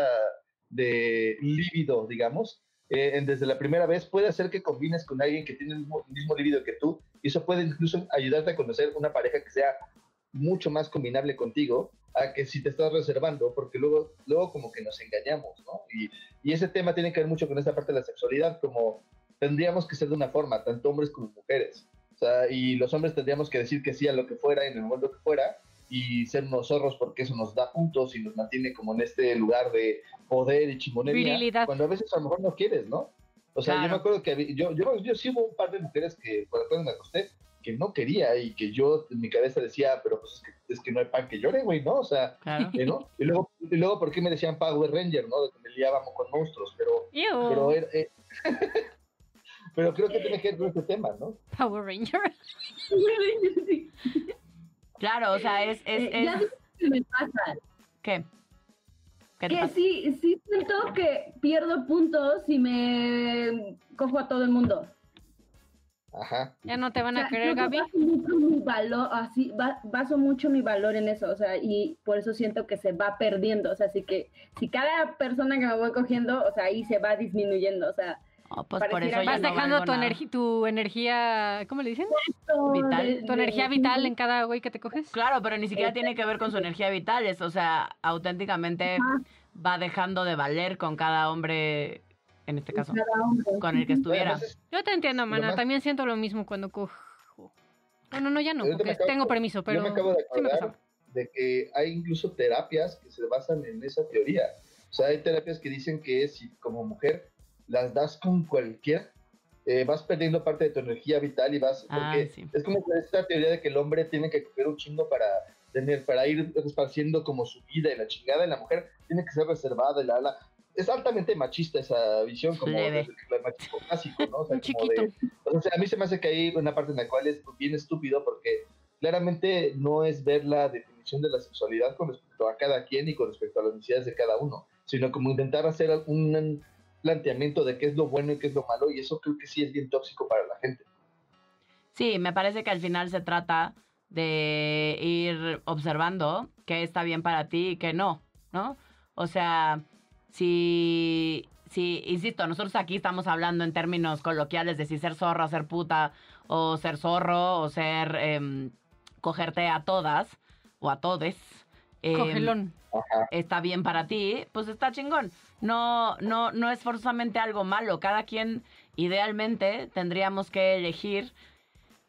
de líbido, digamos, eh, en- desde la primera vez puede hacer que combines con alguien que tiene el mismo, el mismo líbido que tú, y eso puede incluso ayudarte a conocer una pareja que sea mucho más combinable contigo a que si te estás reservando, porque luego, luego como que nos engañamos, ¿no? Y, y ese tema tiene que ver mucho con esta parte de la sexualidad, como tendríamos que ser de una forma, tanto hombres como mujeres. O sea, y los hombres tendríamos que decir que sí a lo que fuera, en el momento que fuera, y ser unos zorros porque eso nos da puntos y nos mantiene como en este lugar de poder y chingonería.
Virilidad.
Cuando a veces a lo mejor no quieres, ¿no? O sea, yo
Claro.
me acuerdo que había- yo, yo, yo sí hubo un par de mujeres que, por las cuales me acosté, que no quería y que yo en mi cabeza decía, pero pues es que, es que no hay pan que llore, güey, ¿no? O sea,
Claro.
eh, ¿no? Y luego, y luego, ¿por qué me decían Power Ranger, no? De que me liábamos con monstruos, pero,
Ew,
pero, era- eh, pero creo que tiene que ver con este tema, ¿no?
Power Ranger.
Sí.
Claro, o sea, es, es,
Eh, ya
es-
dije que me pasa.
¿qué? ¿Qué te
Que
pasa?
sí, sí siento que pierdo puntos y me cojo a todo el mundo.
Ajá.
Ya no te van
O
a
sea,
querer,
creo que
Gaby.
baso mucho mi valor, así, ba- baso mucho mi valor en eso, o sea, y por eso siento que se va perdiendo, o sea, así que si cada persona que me voy cogiendo, o sea, ahí se va disminuyendo, o sea,
Oh, pues por
pareciera
eso
que
ya
Vas
no
dejando
valgo
tu,
nada.
energi- tu energía, ¿cómo le dicen?
todo
Vital.
de-
Tu
de-
energía vital en cada güey que te coges.
Claro, pero ni siquiera tiene que ver con su
Este
energía vital, es, o sea, auténticamente
Ajá.
va dejando de valer con cada hombre, en este caso,
cada hombre.
con el que estuviera.
Además, es-
Yo te entiendo,
Lo
mana.
más-
También siento lo mismo cuando cojo. Bueno, no, ya no,
Ahorita me
porque
acabo-
tengo permiso, pero.
Yo me acabo de
sí me
acordar
pasaba.
de que hay incluso terapias que se basan en esa teoría. O sea, hay terapias que dicen que si como mujer las das con cualquier, eh, vas perdiendo parte de tu energía vital y vas...
Ah,
porque
sí.
Es como esta teoría de que el hombre tiene que coger un chingo para tener, para ir esparciendo como su vida y la chingada, y la mujer tiene que ser reservada y la... la- Es altamente machista esa visión, como
Leve.
desde el machismo clásico, ¿no? O sea,
Un
como de-
chiquito.
o sea, a mí se me hace que hay una parte en la cual es bien estúpido porque claramente no es ver la definición de la sexualidad con respecto a cada quien y con respecto a las necesidades de cada uno, sino como intentar hacer un planteamiento de qué es lo bueno y qué es lo malo y eso creo que sí es bien tóxico para la gente.
Sí, me parece que al final se trata de ir observando qué está bien para ti y qué no, ¿no? O sea, si, si, insisto, nosotros aquí estamos hablando en términos coloquiales de si ser zorra o ser puta, o ser zorro, o ser em, cogerte a todas o a todes. em,
Cogelón.
está bien para ti, pues está chingón. No, no, no es forzosamente algo malo. Cada quien, idealmente, tendríamos que elegir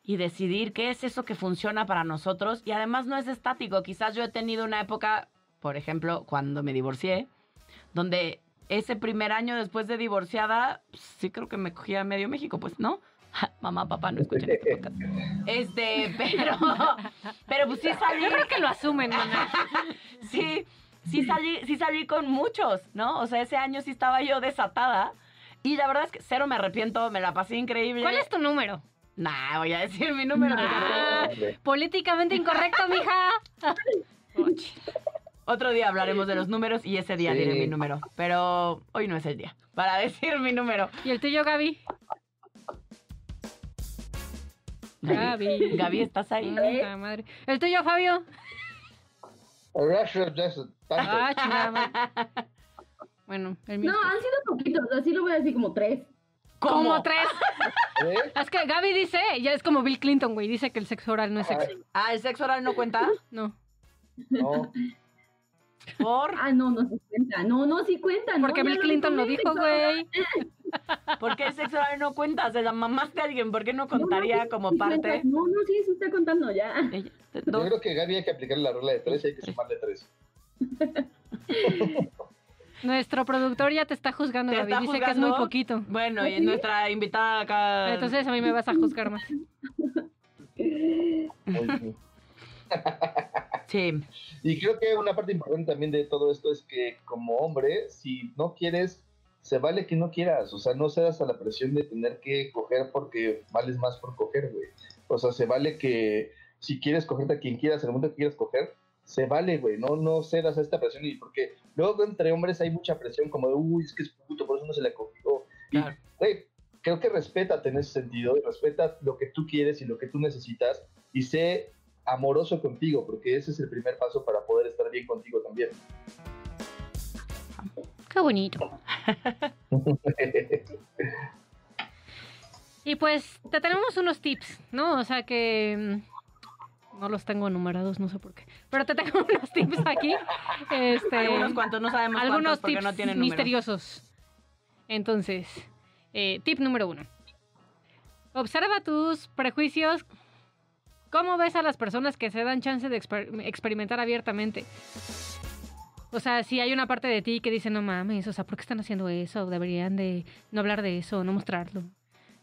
y decidir qué es eso que funciona para nosotros. Y además no es estático. Quizás yo he tenido una época, por ejemplo, cuando me divorcié, donde ese primer año después de divorciada, pues, sí creo que me cogía a medio México, pues, ¿no? Mamá, papá, no escuchen este podcast. Este, pero, pero pues sí salí
Yo creo que lo asumen, mana.
sí, sí salí, sí salí con muchos, ¿no? O sea, ese año sí estaba yo desatada. Y la verdad es que cero me arrepiento, me la pasé increíble.
¿Cuál es tu número?
Nah, voy a decir mi número.
Ah.
fíjate.
Políticamente incorrecto, mija. Oye,
Otro día hablaremos de los números y ese día
Sí.
diré mi número. Pero hoy no es el día para decir mi número.
¿Y el tuyo, Gaby?
Gaby,
Gaby.
Gaby, ¿estás ahí?
Puta madre. ¿El tuyo, Fabio? Ah, chingada madre. Bueno, el mío.
No, han sido poquitos, así lo voy a decir como tres.
Como tres.
¿eh?
Es que Gaby dice, ya es como Bill Clinton, güey. Dice que el sexo oral no es sexo.
Ah, ¿el sexo oral no cuenta?
No.
No,
¿Por?
Ah, no, no sí cuenta. No, no, sí cuenta.
Porque
no, ya
Bill Clinton Eh. lo dijo, güey.
¿Por qué el sexo oral no cuenta? Se la mamaste a alguien. ¿Por qué no
No, no,
contaría
sí,
como
sí cuenta.
parte?
No, no, sí, se está contando ya.
Ella-
Yo
dos-
creo que Gaby hay que aplicarle la regla de tres y hay que sumarle tres.
Nuestro productor ya te está juzgando, Ah.
Te
Gaby.
está
Dice que es muy
juzgando.
poquito.
Bueno,
¿Ah,
y
sí?
nuestra invitada acá.
Entonces a mí me vas a juzgar más.
Muy bien.
Sí.
Y creo que una parte importante también de todo esto es que como hombre, si no quieres, se vale que no quieras. O sea, no cedas a la presión de tener que coger porque vales más por coger, güey. O sea, se vale que si quieres cogerte a quien quieras, en el mundo que quieras coger, se vale, güey. No, no cedas a esta presión. Y porque luego entre hombres hay mucha presión como de, uy, es que es puto, por eso no se la cogió. Y,
Claro.
güey, creo que respétate en ese sentido. y Respeta lo que tú quieres y lo que tú necesitas. Y sé amoroso contigo, porque ese es el primer paso para poder estar bien contigo también.
Qué bonito. Y pues te tenemos unos tips, ¿no? O sea que mm, no los tengo enumerados, no sé por qué. Pero te tengo unos tips aquí. Este,
Algunos cuantos no sabemos cuántos
algunos
porque
tips
no tienen número.
misteriosos. Entonces, eh, tip número uno. Observa tus prejuicios. ¿Cómo ves a las personas que se dan chance de exper- experimentar abiertamente? O sea, si hay una parte de ti que dice, no mames, o sea, ¿por qué están haciendo eso? Deberían de no hablar de eso, no mostrarlo.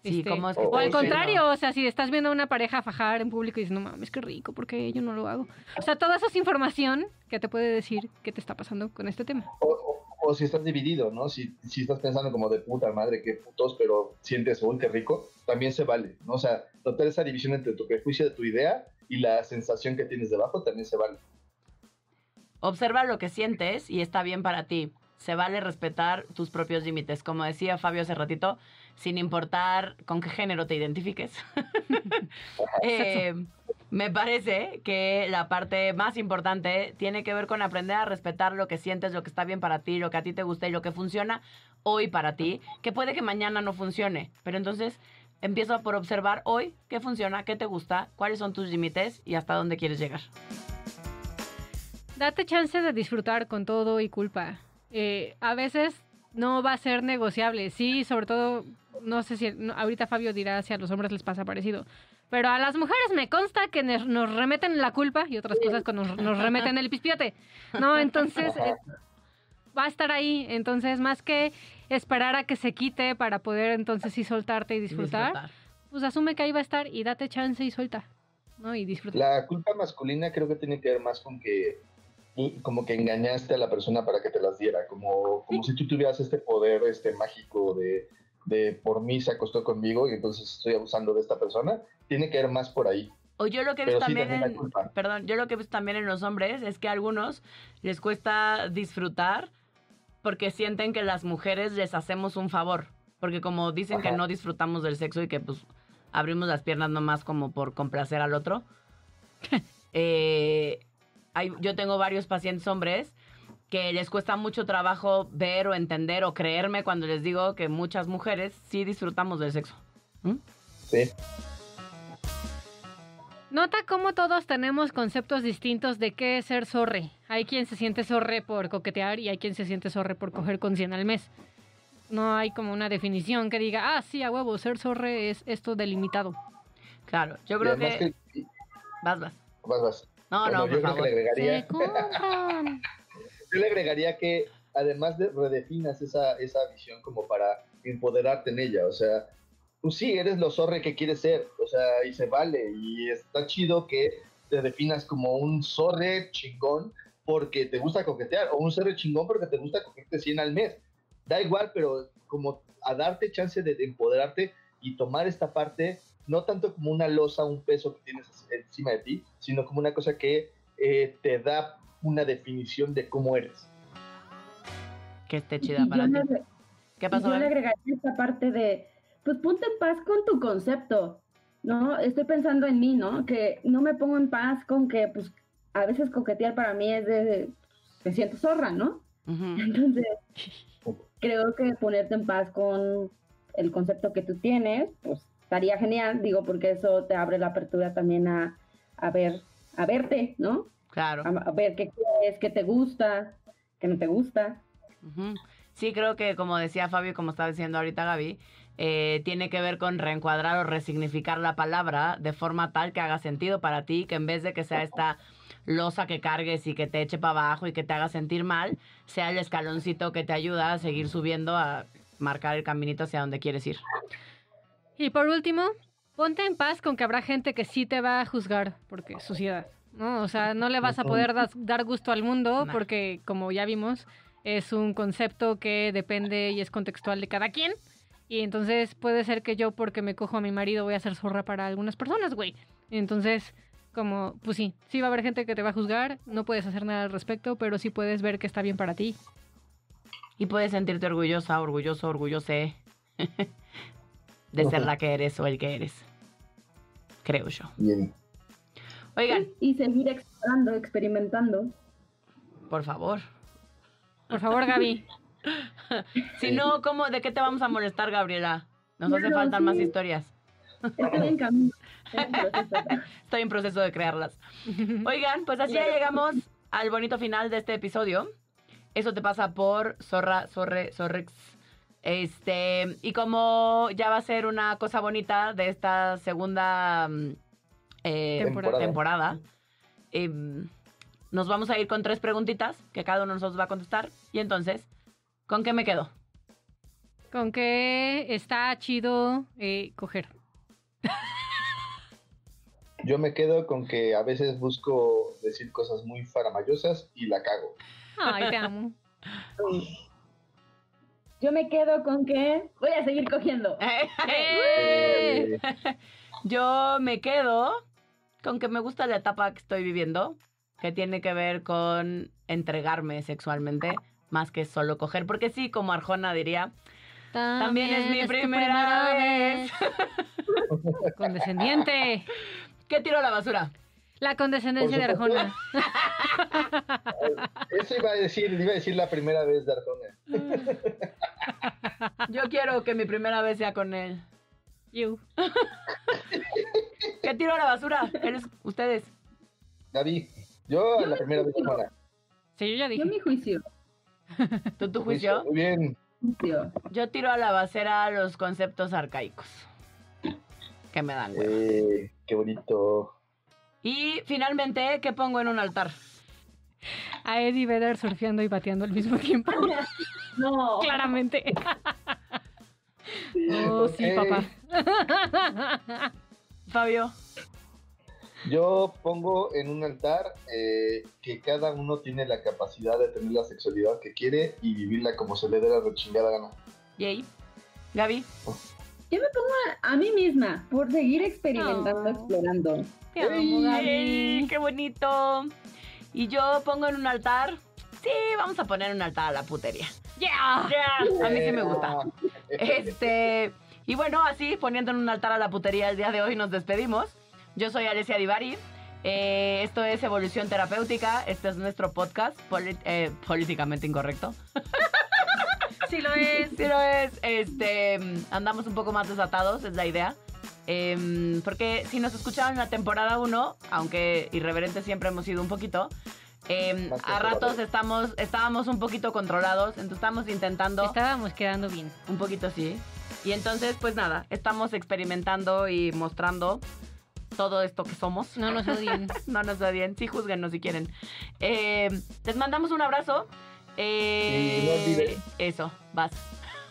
Sí,
Este,
¿cómo es que
o
o al
Sí,
contrario, o sea, si estás viendo a una pareja fajar en público y dices, no mames, qué rico, porque yo no lo hago. O sea, toda esa es información que te puede decir qué te está pasando con este tema.
O, o- o si estás dividido, ¿no? Si, si estás pensando como de puta madre, qué putos, pero sientes, uy, qué rico, también se vale, ¿no? O sea, notar esa división entre tu prejuicio de tu idea y la sensación que tienes debajo también se vale.
Observa lo que sientes y está bien para ti. Se vale respetar tus propios límites. Como decía Fabio hace ratito, sin importar con qué género te identifiques. Eh, me parece que la parte más importante tiene que ver con aprender a respetar lo que sientes, lo que está bien para ti, lo que a ti te gusta y lo que funciona hoy para ti, que puede que mañana no funcione. Pero entonces empiezo por observar hoy qué funciona, qué te gusta, cuáles son tus límites y hasta dónde quieres llegar.
Date chance de disfrutar con todo y culpa. Eh, a veces no va a ser negociable. Sí, sobre todo, no sé si no, ahorita Fabio dirá si a los hombres les pasa parecido. Pero a las mujeres me consta que nos, nos remeten la culpa y otras cosas que nos, nos remeten el pispiote. No, entonces eh, va a estar ahí. Entonces, más que esperar a que se quite para poder entonces sí soltarte y disfrutar, pues asume que ahí va a estar y date chance y suelta. ¿No? Y disfruta.
La culpa masculina creo que tiene que ver más con que y como que engañaste a la persona para que te las diera, como, como si tú tuvieras este poder este mágico de, de por mí se acostó conmigo y entonces estoy abusando de esta persona, tiene que ver más por ahí.
O yo lo que he
Pero
visto
sí,
también
también la
en,
culpa.
perdón, yo lo que he visto también en los hombres es que a algunos les cuesta disfrutar porque sienten que las mujeres les hacemos un favor, porque como dicen que
Ajá.
no disfrutamos del sexo y que pues abrimos las piernas nomás como por complacer al otro. eh, hay- yo tengo varios pacientes hombres que les cuesta mucho trabajo ver o entender o creerme cuando les digo que muchas mujeres sí disfrutamos del sexo.
Sí.
Nota cómo todos tenemos conceptos distintos de qué es ser zorre. Hay quien se siente zorre por coquetear y hay quien se siente zorre por coger con 100 al mes. No hay como una definición que diga, ah, sí, a huevo, ser zorre es esto delimitado.
Claro, yo
Y
creo
además
que...
que-
Vas, vas.
vas, vas.
No,
Bueno,
no, por
yo creo que
favor.
le agregaría,
Se compran.
yo le agregaría que además de redefinas esa, esa visión como para empoderarte en ella, o sea, tú sí eres lo zorre que quieres ser, o sea, y se vale, y está chido que te definas como un zorre chingón porque te gusta coquetear, o un zorre chingón porque te gusta cogerte 100 al mes, da igual, pero como a darte chance de empoderarte y tomar esta parte, no tanto como una losa, un peso que tienes encima de ti, sino como una cosa que eh, te da una definición de cómo eres.
que esté
Y
chida para
yo
ti.
le agre-
¿Qué
y
pasó?
yo le
Gaby?
agregaría esta parte de, pues ponte en paz con tu concepto, ¿no? Estoy pensando en mí, ¿no? Que no me pongo en paz con que, pues, a veces coquetear para mí es de, me siento zorra, ¿no?
Ujú.
Entonces, creo que ponerte en paz con el concepto que tú tienes, pues estaría genial, digo, porque eso te abre la apertura también a, a ver, a verte, ¿no?
Claro.
A, a ver qué quieres, es, qué te gusta, qué no te gusta.
Ujú. Sí, creo que como decía Fabio, y como estaba diciendo ahorita Gaby, eh, tiene que ver con reencuadrar o resignificar la palabra de forma tal que haga sentido para ti, que en vez de que sea esta losa que cargues y que te eche para abajo y que te haga sentir mal, sea el escaloncito que te ayuda a seguir subiendo, a marcar el caminito hacia donde quieres ir.
Y por último, ponte en paz con que habrá gente que sí te va a juzgar, porque sociedad, ¿no? O sea, no le vas a poder das- dar gusto al mundo,
Nah.
porque como ya vimos, es un concepto que depende y es contextual de cada quien. Y entonces puede ser que yo, porque me cojo a mi marido, voy a ser zorra para algunas personas, güey. Entonces, como, pues sí, sí va a haber gente que te va a juzgar, no puedes hacer nada al respecto, pero sí puedes ver que está bien para ti.
Y puedes sentirte orgullosa, orgulloso, orgullose de ser la que eres o el que eres. Creo yo.
Bien.
Oigan,
Y seguir explorando, experimentando.
por favor.
Por favor, Gaby.
Si no, ¿cómo, ¿de qué te vamos a molestar, Gabriela? Nos hace
Claro,
faltan más
sí.
historias.
Estoy en camino. estoy en proceso.
Estoy en proceso de crearlas. Oigan, pues así ya llegamos al bonito final de este episodio. Eso te pasa por Zorra, Zorre, Zorrex. Este, y como ya va a ser una cosa bonita de esta segunda mm, eh,
Temporada.
temporada, em, nos vamos a ir con tres preguntitas que cada uno de nosotros va a contestar. Y entonces, ¿con qué me quedo?
Con que está chido eh, coger.
Yo me quedo con que a veces busco decir cosas muy faramayosas y la cago.
Ay, te amo.
Yo me quedo con que voy a seguir cogiendo.
Ah,
¡Eh!
Eh,
Yo me quedo con que me gusta la etapa que estoy viviendo, que tiene que ver con entregarme sexualmente más que solo coger, porque sí, como Arjona diría, También es mi
tu
primera vez.
vez. Condescendiente.
¿qué tiro a la basura?
La condescendencia de
Por supuesto.
Arjona.
eso iba a decir, iba a decir la primera vez de Arjona.
Yo quiero que mi primera vez sea con él.
You.
¿Qué tiro a la basura? Eres ustedes.
David, yo a la primera vez de Arjona.
Sí, yo ya
Yo
dije.
mi juicio.
¿Tú tu juicio?
Muy bien.
juicio.
Yo tiro a la basura los conceptos arcaicos que me dan hueva.
Eh, qué bonito.
Y finalmente, ¿qué pongo en un altar?
A Eddie Vedder surfeando y bateando al mismo tiempo.
No.
Claramente. Oh, sí,
Ok.
papá.
Fabio.
Yo pongo en un altar eh, que cada uno tiene la capacidad de tener la sexualidad que quiere y vivirla como se le dé la rechingada gana.
Yay. Gaby.
Yo me pongo a, a mí misma por seguir experimentando,
No.
explorando.
Te amo,
Ey,
Gaby.
¡Qué bonito! Y yo pongo en un altar. Sí, vamos a poner un altar a la putería.
Yeah.
A mí sí
Eh,
me gusta. Este. Y bueno, así, poniendo en un altar a la putería el día de hoy, nos despedimos. Yo soy Alessia Divari. Eh, esto es Evolución Terapéutica. Este es nuestro podcast, poli- eh, políticamente incorrecto.
Sí lo es.
Sí lo es. Este, mm, andamos un poco más desatados, es la idea. Em, porque si nos escuchaban en la temporada 1, aunque irreverentes siempre hemos sido un poquito, em,
Más
a ratos
conservadores.
estamos, estábamos un poquito controlados, entonces estamos intentando
Estábamos quedando bien.
un poquito sí. Y entonces, pues nada, estamos experimentando y mostrando todo esto que somos.
No nos odien.
No nos va bien, sí, juzguenos si quieren. Eh, les mandamos un abrazo. Eh,
Y no olviden-
Eso, vas.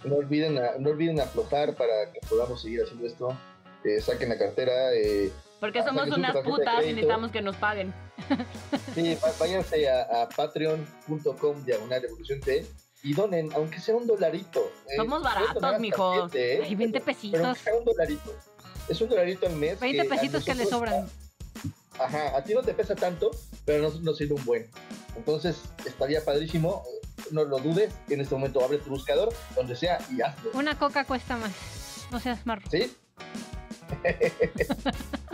No olviden, a- no olviden aflojar para que podamos seguir haciendo esto. Eh, saquen la cartera. Eh,
Porque
Ah,
somos
saques un
unas
tarjeta de
putas y
crédito.
necesitamos que nos paguen.
sí, va- váyanse a, a patreon.com diagonal evolución T y donen, aunque sea un dolarito. Eh,
Somos
pueden
baratos,
donar hasta
mijo.
siete, eh,
Ay, 20
pero- Pero aunque
pesitos.
sea un dolarito. Es un dolarito al mes.
20
a
pesitos que le
nosotros-
sobran.
Ajá, a ti no te pesa tanto, pero a nosotros nos sirve un buen. Entonces, estaría padrísimo, eh, no lo dudes, en este momento abre tu buscador, donde sea, y hazlo.
Una coca cuesta más. No seas marro.
¿Sí?